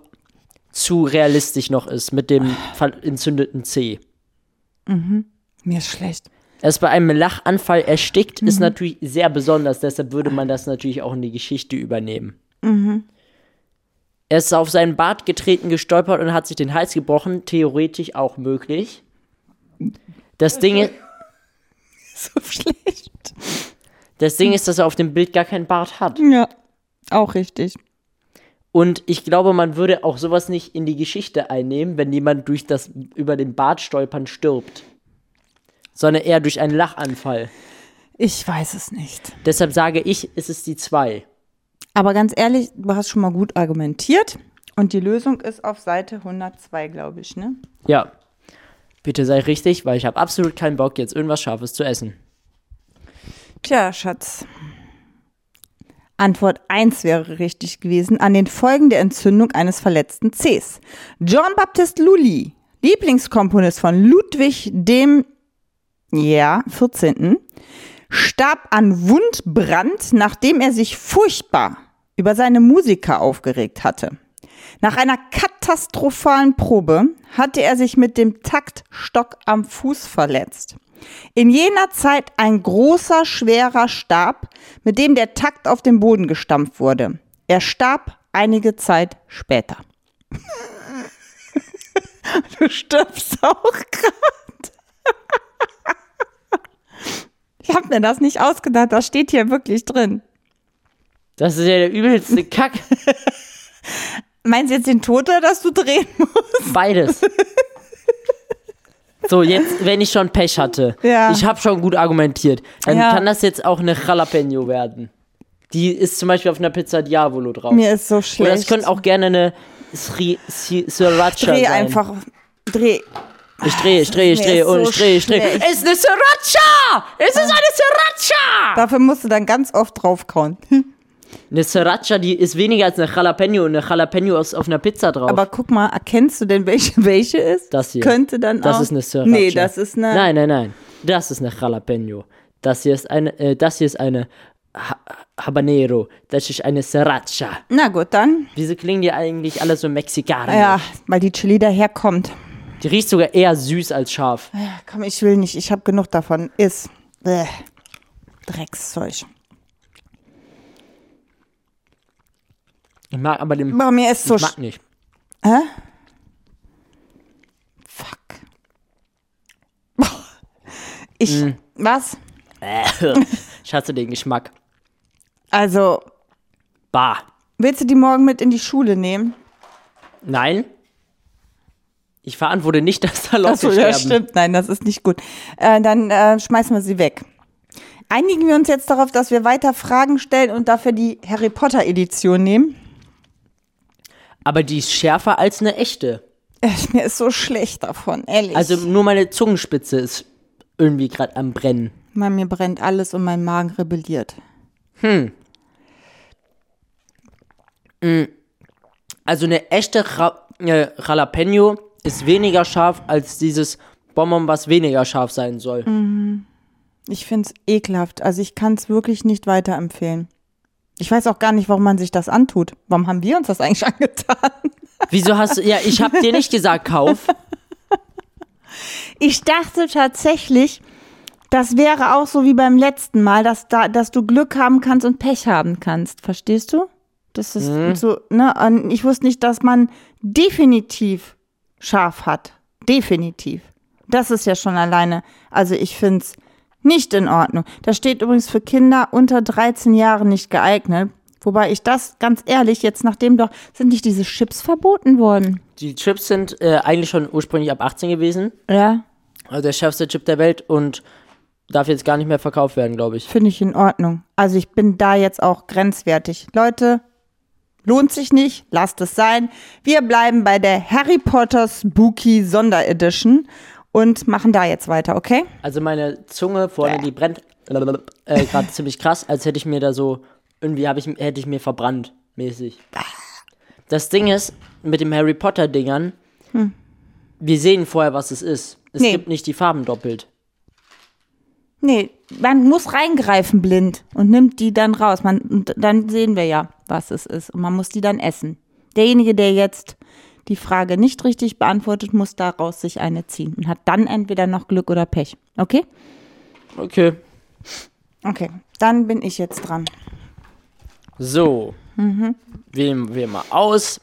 S1: zu realistisch noch ist mit dem ver- entzündeten C.
S2: Mir ist schlecht.
S1: Er ist bei einem Lachanfall erstickt, ist natürlich sehr besonders, deshalb würde man das natürlich auch in die Geschichte übernehmen. Er ist auf seinen Bart getreten, gestolpert und hat sich den Hals gebrochen, theoretisch auch möglich. Das Ding ist.
S2: So schlecht.
S1: Das Ding ist, dass er auf dem Bild gar keinen Bart hat.
S2: Ja, auch richtig.
S1: Und ich glaube, man würde auch sowas nicht in die Geschichte einnehmen, wenn jemand durch das über den Bart stolpern stirbt. Sondern eher durch einen Lachanfall.
S2: Ich weiß es nicht.
S1: Deshalb sage ich, es ist die 2.
S2: Aber ganz ehrlich, du hast schon mal gut argumentiert. Und die Lösung ist auf Seite 102, glaube ich, ne?
S1: Ja. Bitte sei richtig, weil ich habe absolut keinen Bock, jetzt irgendwas Scharfes zu essen.
S2: Tja, Schatz. Antwort 1 wäre richtig gewesen, an den Folgen der Entzündung eines verletzten Cs. Jean-Baptiste Lully, Lieblingskomponist von Ludwig dem ja, 14., starb an Wundbrand, nachdem er sich furchtbar über seine Musiker aufgeregt hatte. Nach einer katastrophalen Probe hatte er sich mit dem Taktstock am Fuß verletzt. In jener Zeit ein großer, schwerer Stab, mit dem der Takt auf den Boden gestampft wurde. Er starb einige Zeit später. Du stirbst auch gerade. Ich habe mir das nicht ausgedacht, das steht hier wirklich drin.
S1: Das ist ja der übelste Kack.
S2: Meinst du jetzt den Tod oder dass du drehen musst?
S1: Beides. So, jetzt, wenn ich schon Pech hatte,
S2: Ja.
S1: ich habe schon gut argumentiert, dann
S2: Ja.
S1: kann das jetzt auch eine Jalapeno werden. Die ist zum Beispiel auf einer Pizza Diavolo drauf.
S2: Mir ist so
S1: Oder
S2: schlecht.
S1: es könnte auch gerne eine Sri, Sri, Sriracha
S2: dreh
S1: sein.
S2: einfach. Dreh.
S1: Ich drehe, ich drehe, ich
S2: Mir
S1: drehe
S2: ist
S1: und
S2: so
S1: ich drehe, ich drehe.
S2: schlecht.
S1: Es ist eine Sriracha! Es ist eine Sriracha!
S2: Dafür musst du dann ganz oft draufkauen.
S1: Eine Sriracha, die ist weniger als eine Jalapeno. Eine Jalapeno ist auf einer Pizza drauf.
S2: Aber guck mal, erkennst du denn, welche welche ist?
S1: Das hier.
S2: Könnte dann
S1: das
S2: auch.
S1: ist eine Sriracha.
S2: Nee, das ist eine.
S1: Nein, nein, nein. Das ist eine Jalapeno. Das hier ist eine, äh, das hier ist eine ha Habanero. Das ist eine Sriracha.
S2: Na gut, dann.
S1: Wieso klingen die eigentlich alle so mexikanisch?
S2: Ja, weil die Chili daherkommt.
S1: Die riecht sogar eher süß als scharf.
S2: Ja, komm, ich will nicht. Ich habe genug davon. Ist. Bäh. Dreckszeug.
S1: Ich mag aber den
S2: Boah, mir ist so.
S1: Geschmack
S2: sch-
S1: nicht.
S2: Hä? Fuck. Boah. Ich.
S1: Mhm.
S2: Was?
S1: Ich hasse den Geschmack.
S2: Also,
S1: Bah.
S2: willst du die morgen mit in die Schule nehmen?
S1: Nein. Ich verantworte nicht, dass da Leute
S2: Achso,
S1: sterben.
S2: ja, stimmt. Nein, das ist nicht gut. Äh, dann äh, schmeißen wir sie weg. Einigen wir uns jetzt darauf, dass wir weiter Fragen stellen und dafür die Harry Potter Edition nehmen?
S1: Aber die ist schärfer als eine echte.
S2: Äh, mir ist so schlecht davon, ehrlich.
S1: Also nur meine Zungenspitze ist irgendwie gerade am Brennen.
S2: Mann, mir brennt alles und mein Magen rebelliert.
S1: Also eine echte Ra äh, Jalapeno ist weniger scharf als dieses Bonbon, was weniger scharf sein soll.
S2: Ich find's ekelhaft. Also ich kann's wirklich nicht weiterempfehlen. Ich weiß auch gar nicht, warum man sich das antut. Warum haben wir uns das eigentlich angetan?
S1: Wieso hast du. Ja, ich hab dir nicht gesagt, kauf.
S2: Ich dachte tatsächlich, das wäre auch so wie beim letzten Mal, dass, da, dass du Glück haben kannst und Pech haben kannst. Verstehst du? Das ist so, ne? Und ich wusste nicht, dass man definitiv scharf hat. Definitiv. Das ist ja schon alleine. Also ich finde es nicht in Ordnung. Das steht übrigens für Kinder unter 13 Jahren nicht geeignet. Wobei ich das ganz ehrlich, jetzt nachdem doch, sind nicht diese Chips verboten worden?
S1: Die Chips sind äh, eigentlich schon ursprünglich ab 18 gewesen.
S2: Ja.
S1: Also der schärfste Chip der Welt und darf jetzt gar nicht mehr verkauft werden, glaube ich.
S2: Finde ich in Ordnung. Also ich bin da jetzt auch grenzwertig. Leute, lohnt sich nicht, lasst es sein. Wir bleiben bei der Harry Potter Spooky Sonderedition und machen da jetzt weiter, okay?
S1: Also meine Zunge vorne, die brennt äh, gerade ziemlich krass, als hätte ich mir da so, irgendwie hab ich, hätte ich mir verbrannt, mäßig. Das Ding ist, mit dem Harry Potter Dingern, wir sehen vorher, was es ist. Es
S2: Nee.
S1: gibt nicht die Farben doppelt.
S2: Nee, man muss reingreifen blind und nimmt die dann raus. Man, und dann sehen wir ja, was es ist. Und man muss die dann essen. Derjenige, der jetzt die Frage nicht richtig beantwortet, muss daraus sich eine ziehen und hat dann entweder noch Glück oder Pech. Okay?
S1: Okay.
S2: Okay, dann bin ich jetzt dran.
S1: So. Wählen wir mal aus.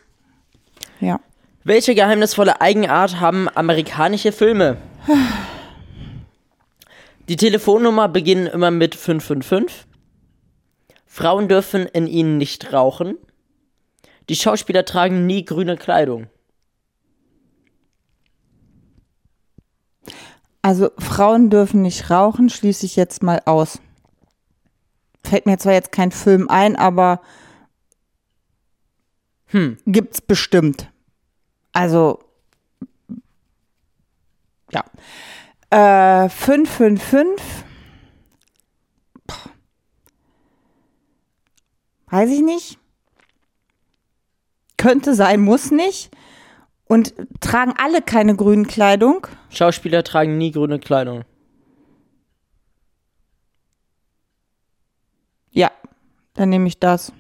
S2: Ja.
S1: Welche geheimnisvolle Eigenart haben amerikanische Filme? Die Telefonnummer beginnen immer mit 555. Frauen dürfen in ihnen nicht rauchen. Die Schauspieler tragen nie grüne Kleidung.
S2: Also Frauen dürfen nicht rauchen, schließe ich jetzt mal aus. Fällt mir zwar jetzt kein Film ein, aber gibt's bestimmt. Also ja. Äh, 555. Puh. Weiß ich nicht. Könnte sein, muss nicht. Und tragen alle keine grünen Kleidung.
S1: Schauspieler tragen nie grüne Kleidung.
S2: Ja, dann nehme ich das.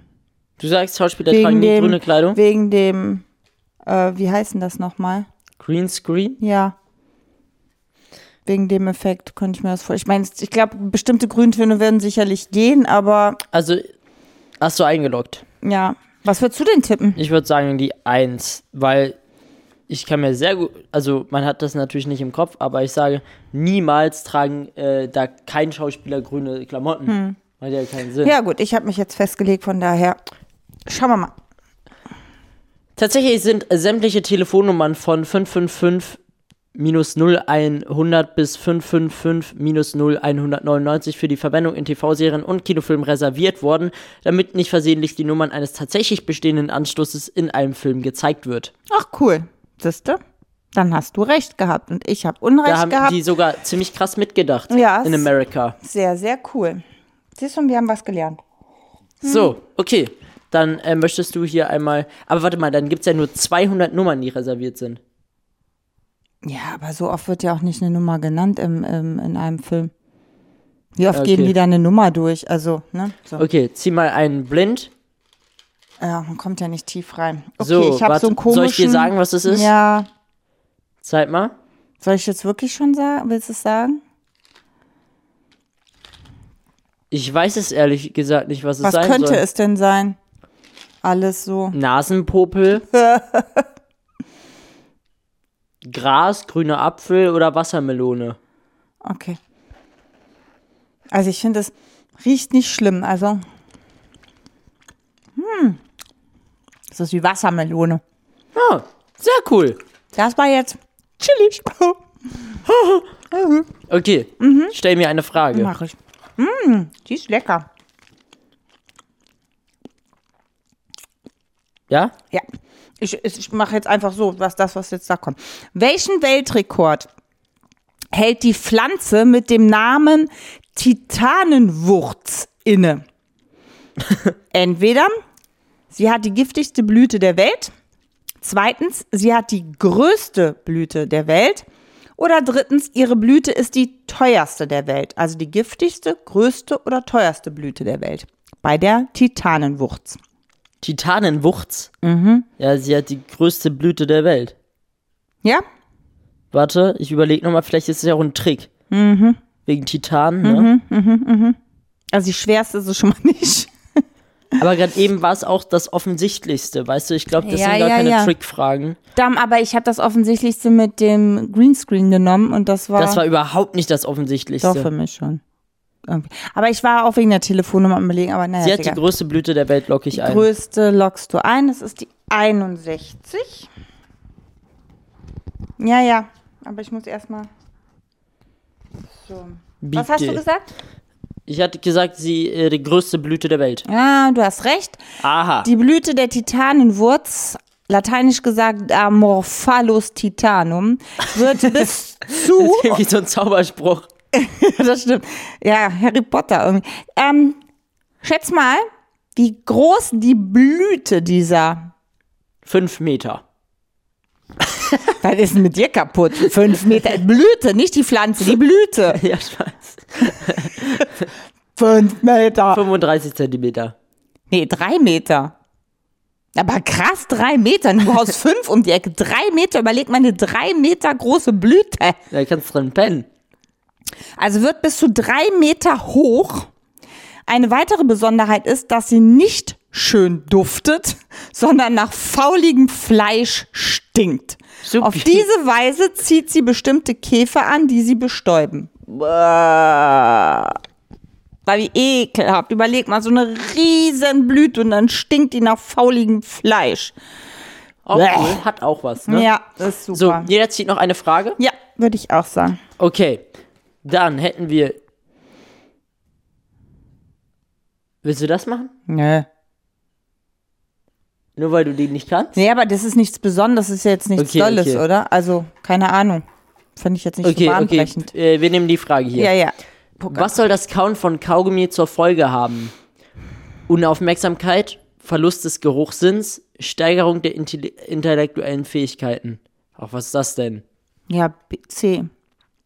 S1: Du sagst, Schauspieler tragen nie grüne Kleidung?
S2: Wegen dem, äh, wie heißt denn das nochmal?
S1: Greenscreen?
S2: Ja. Wegen dem Effekt könnte ich mir das vorstellen. Ich meine, ich glaube, bestimmte Grüntöne werden sicherlich gehen, aber
S1: Also, hast du eingeloggt?
S2: ja. Was würdest du denn tippen?
S1: Ich würde sagen die 1, weil ich kann mir sehr gut, also man hat das natürlich nicht im Kopf, aber ich sage, niemals tragen äh, da kein Schauspieler grüne Klamotten. Macht ja keinen Sinn.
S2: Ja, gut, ich habe mich jetzt festgelegt, von daher. Schauen wir mal.
S1: Tatsächlich sind sämtliche Telefonnummern von 555-0100 bis 555-0199 für die Verwendung in TV-Serien und Kinofilmen reserviert worden, damit nicht versehentlich die Nummern eines tatsächlich bestehenden Anschlusses in einem Film gezeigt wird.
S2: Ach, cool. Siehste? Dann hast du recht gehabt und ich habe
S1: Da
S2: Unrecht
S1: haben
S2: gehabt.
S1: die sogar ziemlich krass mitgedacht
S2: Ja,
S1: in
S2: es-
S1: America.
S2: Sehr, sehr cool. Siehst du, wir haben was gelernt. Mhm.
S1: So, okay. Dann äh, möchtest du hier einmal. Aber warte mal, dann gibt es ja nur 200 Nummern, die reserviert sind.
S2: Ja, aber so oft wird ja auch nicht eine Nummer genannt im, im, in einem Film. Wie oft
S1: Okay.
S2: geben die da eine Nummer durch? Also, ne? So.
S1: Okay, zieh mal einen blind.
S2: Ja, man kommt ja nicht tief rein. Okay,
S1: So,
S2: ich habe
S1: warte,
S2: so einen komischen.
S1: soll ich dir sagen, was das ist?
S2: Ja.
S1: Zeig mal.
S2: Soll ich jetzt wirklich schon sagen? Willst du es sagen?
S1: Ich weiß es ehrlich gesagt nicht, was es
S2: Was
S1: sein
S2: könnte
S1: soll.
S2: es denn sein? Alles so.
S1: Nasenpopel. Gras, grüner Apfel oder Wassermelone.
S2: Okay. Also ich finde, es riecht nicht schlimm. Also. Hm. Das ist wie Wassermelone.
S1: Ah, sehr cool.
S2: Das war jetzt chillig.
S1: Okay, stell mir eine Frage.
S2: Mhm. Mach ich. Mm, die ist lecker.
S1: Ja?
S2: Ja. Ich, ich ich mache jetzt einfach so, was das, was jetzt da kommt. Welchen Weltrekord hält die Pflanze mit dem Namen Titanenwurz inne? Entweder sie hat die giftigste Blüte der Welt, zweitens sie hat die größte Blüte der Welt oder drittens ihre Blüte ist die teuerste der Welt, also die giftigste, größte oder teuerste Blüte der Welt bei der Titanenwurz. Mhm.
S1: Titanenwuchs. Ja, sie hat die größte Blüte der Welt.
S2: Ja?
S1: Warte, ich überlege nochmal, vielleicht ist es ja auch ein Trick.
S2: Mhm.
S1: Wegen Titan, ne?
S2: Also die schwerste ist es schon mal nicht.
S1: Aber gerade eben war es auch das Offensichtlichste, weißt du? Ich glaube, das
S2: Ja,
S1: sind gar
S2: ja,
S1: keine
S2: ja.
S1: Trickfragen.
S2: Dann, aber ich habe das Offensichtlichste mit dem Greenscreen genommen und das war,
S1: Das war überhaupt nicht das
S2: doch
S1: Offensichtlichste.
S2: für mich schon. Irgendwie. Aber ich war auch wegen der Telefonnummer am überlegen, aber naja.
S1: Sie hat die
S2: egal.
S1: größte Blüte der Welt, lock ich ein.
S2: größte lockst du ein. Das ist die 61. Ja, ja. Aber ich muss erstmal. So. Was hast du
S1: Bitte.
S2: gesagt?
S1: Ich hatte gesagt, sie äh, die größte Blüte der Welt.
S2: Ja, du hast recht.
S1: Aha.
S2: Die Blüte der Titanenwurz, lateinisch gesagt Amorphallus titanum, wird bis zu.
S1: Wie so ein Zauberspruch.
S2: das stimmt. Ja, Harry Potter irgendwie. Ähm, schätz mal, wie groß die Blüte dieser.
S1: Fünf Meter.
S2: Was ist denn mit dir kaputt? Fünf Meter Blüte, nicht die Pflanze, die Blüte.
S1: Ja, ich weiß.
S2: Fünf Meter.
S1: 35 Zentimeter.
S2: Nee, drei Meter. Aber krass, drei Meter. Du haust fünf um die Ecke. Drei Meter, überleg mal, eine drei Meter große Blüte.
S1: Da kannst du drin pennen.
S2: Also wird bis zu drei Meter hoch. Eine weitere Besonderheit ist, dass sie nicht schön duftet, sondern nach fauligem Fleisch stinkt.
S1: Supi.
S2: Auf diese Weise zieht sie bestimmte Käfer an, die sie bestäuben. Weil wie ekelhaft. Überleg mal, so eine riesen Blüte und dann stinkt die nach fauligem Fleisch.
S1: Auch
S2: Blech.
S1: cool. Hat auch was, ne?
S2: Ja, ist
S1: So,
S2: super.
S1: jeder zieht noch eine Frage.
S2: Ja, würde ich auch sagen.
S1: Okay. Dann hätten wir. Willst du das machen?
S2: Nö.
S1: Nur weil du die nicht kannst?
S2: Nee, aber das ist nichts Besonderes, das ist ja jetzt nichts
S1: Okay,
S2: Dolles,
S1: okay.
S2: oder? Also, keine Ahnung. Fand ich jetzt nicht so
S1: Okay, okay.
S2: bahnbrechend.
S1: Äh, wir nehmen die Frage hier.
S2: Ja, ja.
S1: Was soll das Kauen von Kaugummi zur Folge haben? Unaufmerksamkeit, Verlust des Geruchssinns, Steigerung der Intelli intellektuellen Fähigkeiten. Auch was ist das denn?
S2: Ja, B- C.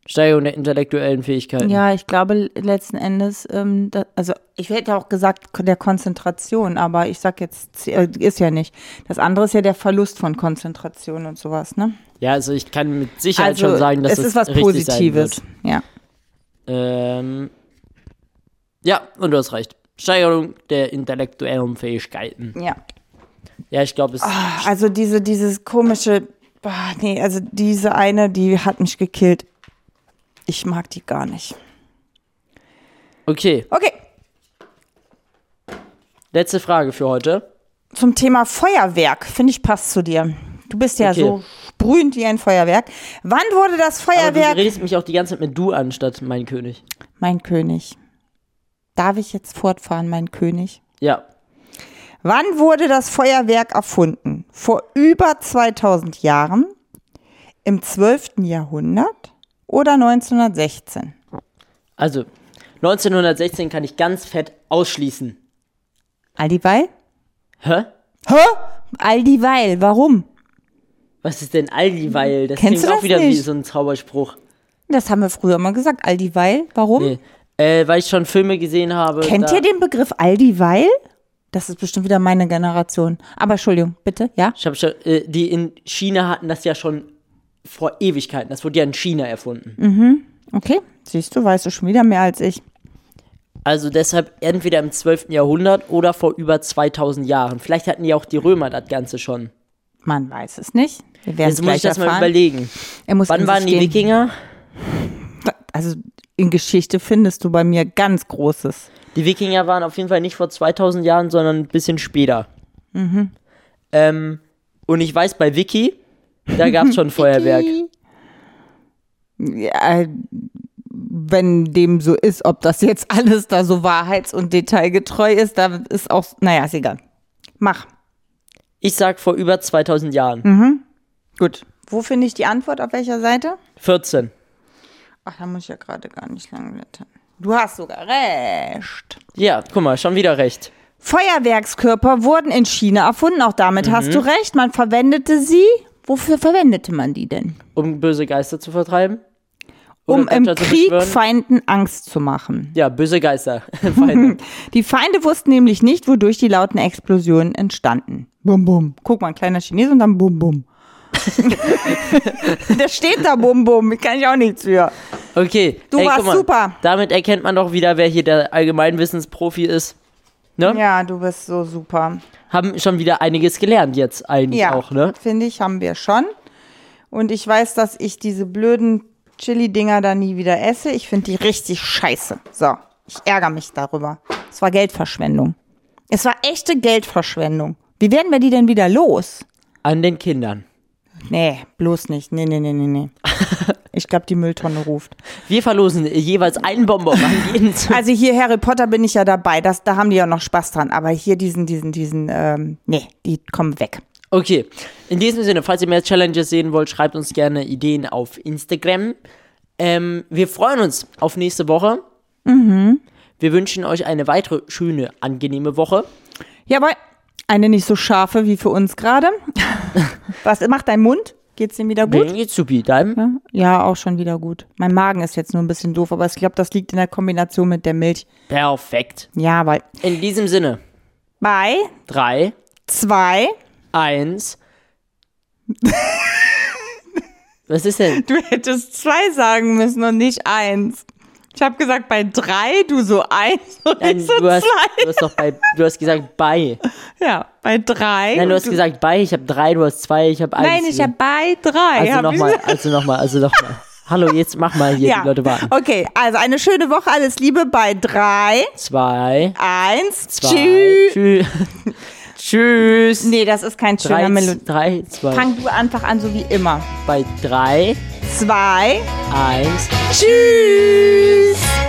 S1: Steigerung der intellektuellen Fähigkeiten.
S2: Ja, ich glaube letzten Endes, ähm, da, also ich hätte auch gesagt k- der Konzentration, aber ich sag jetzt, C, äh, ist ja nicht. Das andere ist ja der Verlust von Konzentration und sowas, ne?
S1: Ja, also ich kann mit Sicherheit schon sagen, dass
S2: Also, es
S1: es
S2: ist was
S1: richtig
S2: Positives. Ja.
S1: Sein wird. Ähm, ja, und du hast recht. Steigerung der intellektuellen Fähigkeiten.
S2: Ja.
S1: Ja, ich glaube, es
S2: Also diese, dieses komische, boah, nee, also diese eine, die hat mich gekillt. Ich mag die gar nicht.
S1: Okay,
S2: Okay,
S1: letzte Frage für heute.
S2: zum Thema Feuerwerk, finde ich, passt zu dir. Du bist ja
S1: Okay.
S2: so sprühend wie ein Feuerwerk. Wann wurde das
S1: Aber du
S2: Feuerwerk?
S1: redest mich auch die ganze Zeit mit du an, statt mein König.
S2: mein König. Darf ich jetzt fortfahren, mein König?
S1: Ja,
S2: Wann wurde das Feuerwerk erfunden? Vor über 2000 Jahren? Im 12. Jahrhundert? Oder 1916?
S1: Also, 1916 kann ich ganz fett ausschließen.
S2: Aldiweil?
S1: Hä?
S2: Hä? Aldiweil, warum?
S1: Was ist denn Aldiweil? Das klingt
S2: Kennst du
S1: auch
S2: das
S1: wieder wie
S2: nicht?
S1: so ein Zauberspruch.
S2: Das haben wir früher mal gesagt. Aldiweil, warum?
S1: Nee. Äh, weil ich schon Filme gesehen habe.
S2: Kennt
S1: da,
S2: ihr den Begriff Aldiweil? Das ist bestimmt wieder meine Generation. Aber Entschuldigung, bitte, ja?
S1: Ich hab schon, äh, die in China hatten das ja schon vor Ewigkeiten. Das wurde ja in China erfunden.
S2: Okay, siehst du, weißt du schon wieder mehr als ich.
S1: Also deshalb entweder im 12. Jahrhundert oder vor über 2000 Jahren. Vielleicht hatten ja auch die Römer das Ganze schon.
S2: Man weiß es nicht. Wir werden es
S1: Jetzt muss ich
S2: gleich
S1: das mal
S2: Also erfahren.
S1: überlegen.
S2: Er muss in
S1: Wann
S2: sich
S1: waren die
S2: gehen.
S1: Wikinger?
S2: Also in Geschichte findest du bei mir ganz Großes.
S1: Die Wikinger waren auf jeden Fall nicht vor 2000 Jahren, sondern ein bisschen später.
S2: Mhm.
S1: Ähm, und ich weiß, bei Wiki, da gab es schon Feuerwerk.
S2: Ja, wenn dem so ist, ob das jetzt alles da so wahrheits- und detailgetreu ist, da ist auch, naja, ist egal. Mach.
S1: Ich sag vor über 2000 Jahren.
S2: Mhm. Gut. Wo finde ich die Antwort? Auf welcher Seite?
S1: 14.
S2: Ach, da muss ich ja gerade gar nicht lang blättern. Du hast sogar recht.
S1: Ja, guck mal, schon wieder recht.
S2: Feuerwerkskörper wurden in China erfunden. Auch damit
S1: Mhm.
S2: hast du recht. Man verwendete sie. Wofür verwendete man die denn?
S1: Um böse Geister zu vertreiben? Oder
S2: um im
S1: Götter zu
S2: Krieg
S1: beschwören?
S2: Feinden Angst zu machen.
S1: Ja, böse Geister. Feinde.
S2: Die Feinde wussten nämlich nicht, wodurch die lauten Explosionen entstanden. Bum, bum. Guck mal, ein kleiner Chines und dann bum, bum. Das steht da, Bum Bum. Kann ich auch nichts für.
S1: Okay.
S2: Du
S1: ey,
S2: warst
S1: guck mal,
S2: super.
S1: Damit erkennt man doch wieder, wer hier der Allgemeinwissensprofi ist. Ne?
S2: Ja, du bist so super.
S1: Haben schon wieder einiges gelernt jetzt eigentlich
S2: Ja,
S1: auch, ne?
S2: finde ich, haben wir schon. Und ich weiß, dass ich diese blöden Chili-Dinger da nie wieder esse. Ich finde die richtig scheiße. So, ich ärgere mich darüber. Es war Geldverschwendung. Es war echte Geldverschwendung. Wie werden wir die denn wieder los?
S1: An den Kindern.
S2: Nee, bloß nicht. Nee, nee, nee, nee, nee. Ich glaube, die Mülltonne ruft.
S1: Wir verlosen jeweils einen Bonbon an jeden zu.
S2: Also hier Harry Potter bin ich ja dabei. Das, da haben die ja noch Spaß dran. Aber hier diesen, diesen, diesen, ähm, nee, die kommen weg.
S1: Okay, in diesem Sinne, falls ihr mehr Challenges sehen wollt, schreibt uns gerne Ideen auf Instagram. Ähm, wir freuen uns auf nächste Woche.
S2: Mhm.
S1: Wir wünschen euch eine weitere schöne, angenehme Woche.
S2: Jawohl. Eine nicht so scharfe wie für uns gerade. Was macht dein Mund? Geht's ihm wieder gut?
S1: Gut. Jetzt supi, deinem.
S2: Ja, auch schon wieder gut. Mein Magen ist jetzt nur ein bisschen doof, aber ich glaube, das liegt in der Kombination mit der Milch.
S1: Perfekt.
S2: Ja, weil
S1: In diesem Sinne,
S2: bei
S1: 3,
S2: zwei.
S1: 1. Was ist denn?
S2: Du hättest zwei sagen müssen und nicht eins. Ich habe gesagt bei drei, du so eins und
S1: Nein, du, hast, du hast doch bei, du hast gesagt bei.
S2: Ja, bei drei.
S1: Nein, du hast gesagt bei, ich habe drei, du hast zwei, ich habe eins.
S2: Nein, ich habe bei
S1: Also
S2: drei. hab ich
S1: nochmal, also nochmal, also nochmal. Hallo, jetzt mach mal hier,
S2: Ja.
S1: die Leute warten.
S2: Okay, also eine schöne Woche, alles Liebe bei drei,
S1: Zwei,
S2: eins,
S1: zwei,
S2: tschüss.
S1: tschüss. tschüss.
S2: Nee, das ist kein schöner
S1: drei,
S2: Melodie.
S1: drei, zwei,
S2: Fang du einfach an, so wie immer.
S1: bei drei,
S2: Zwei,
S1: eins.
S2: tschüss.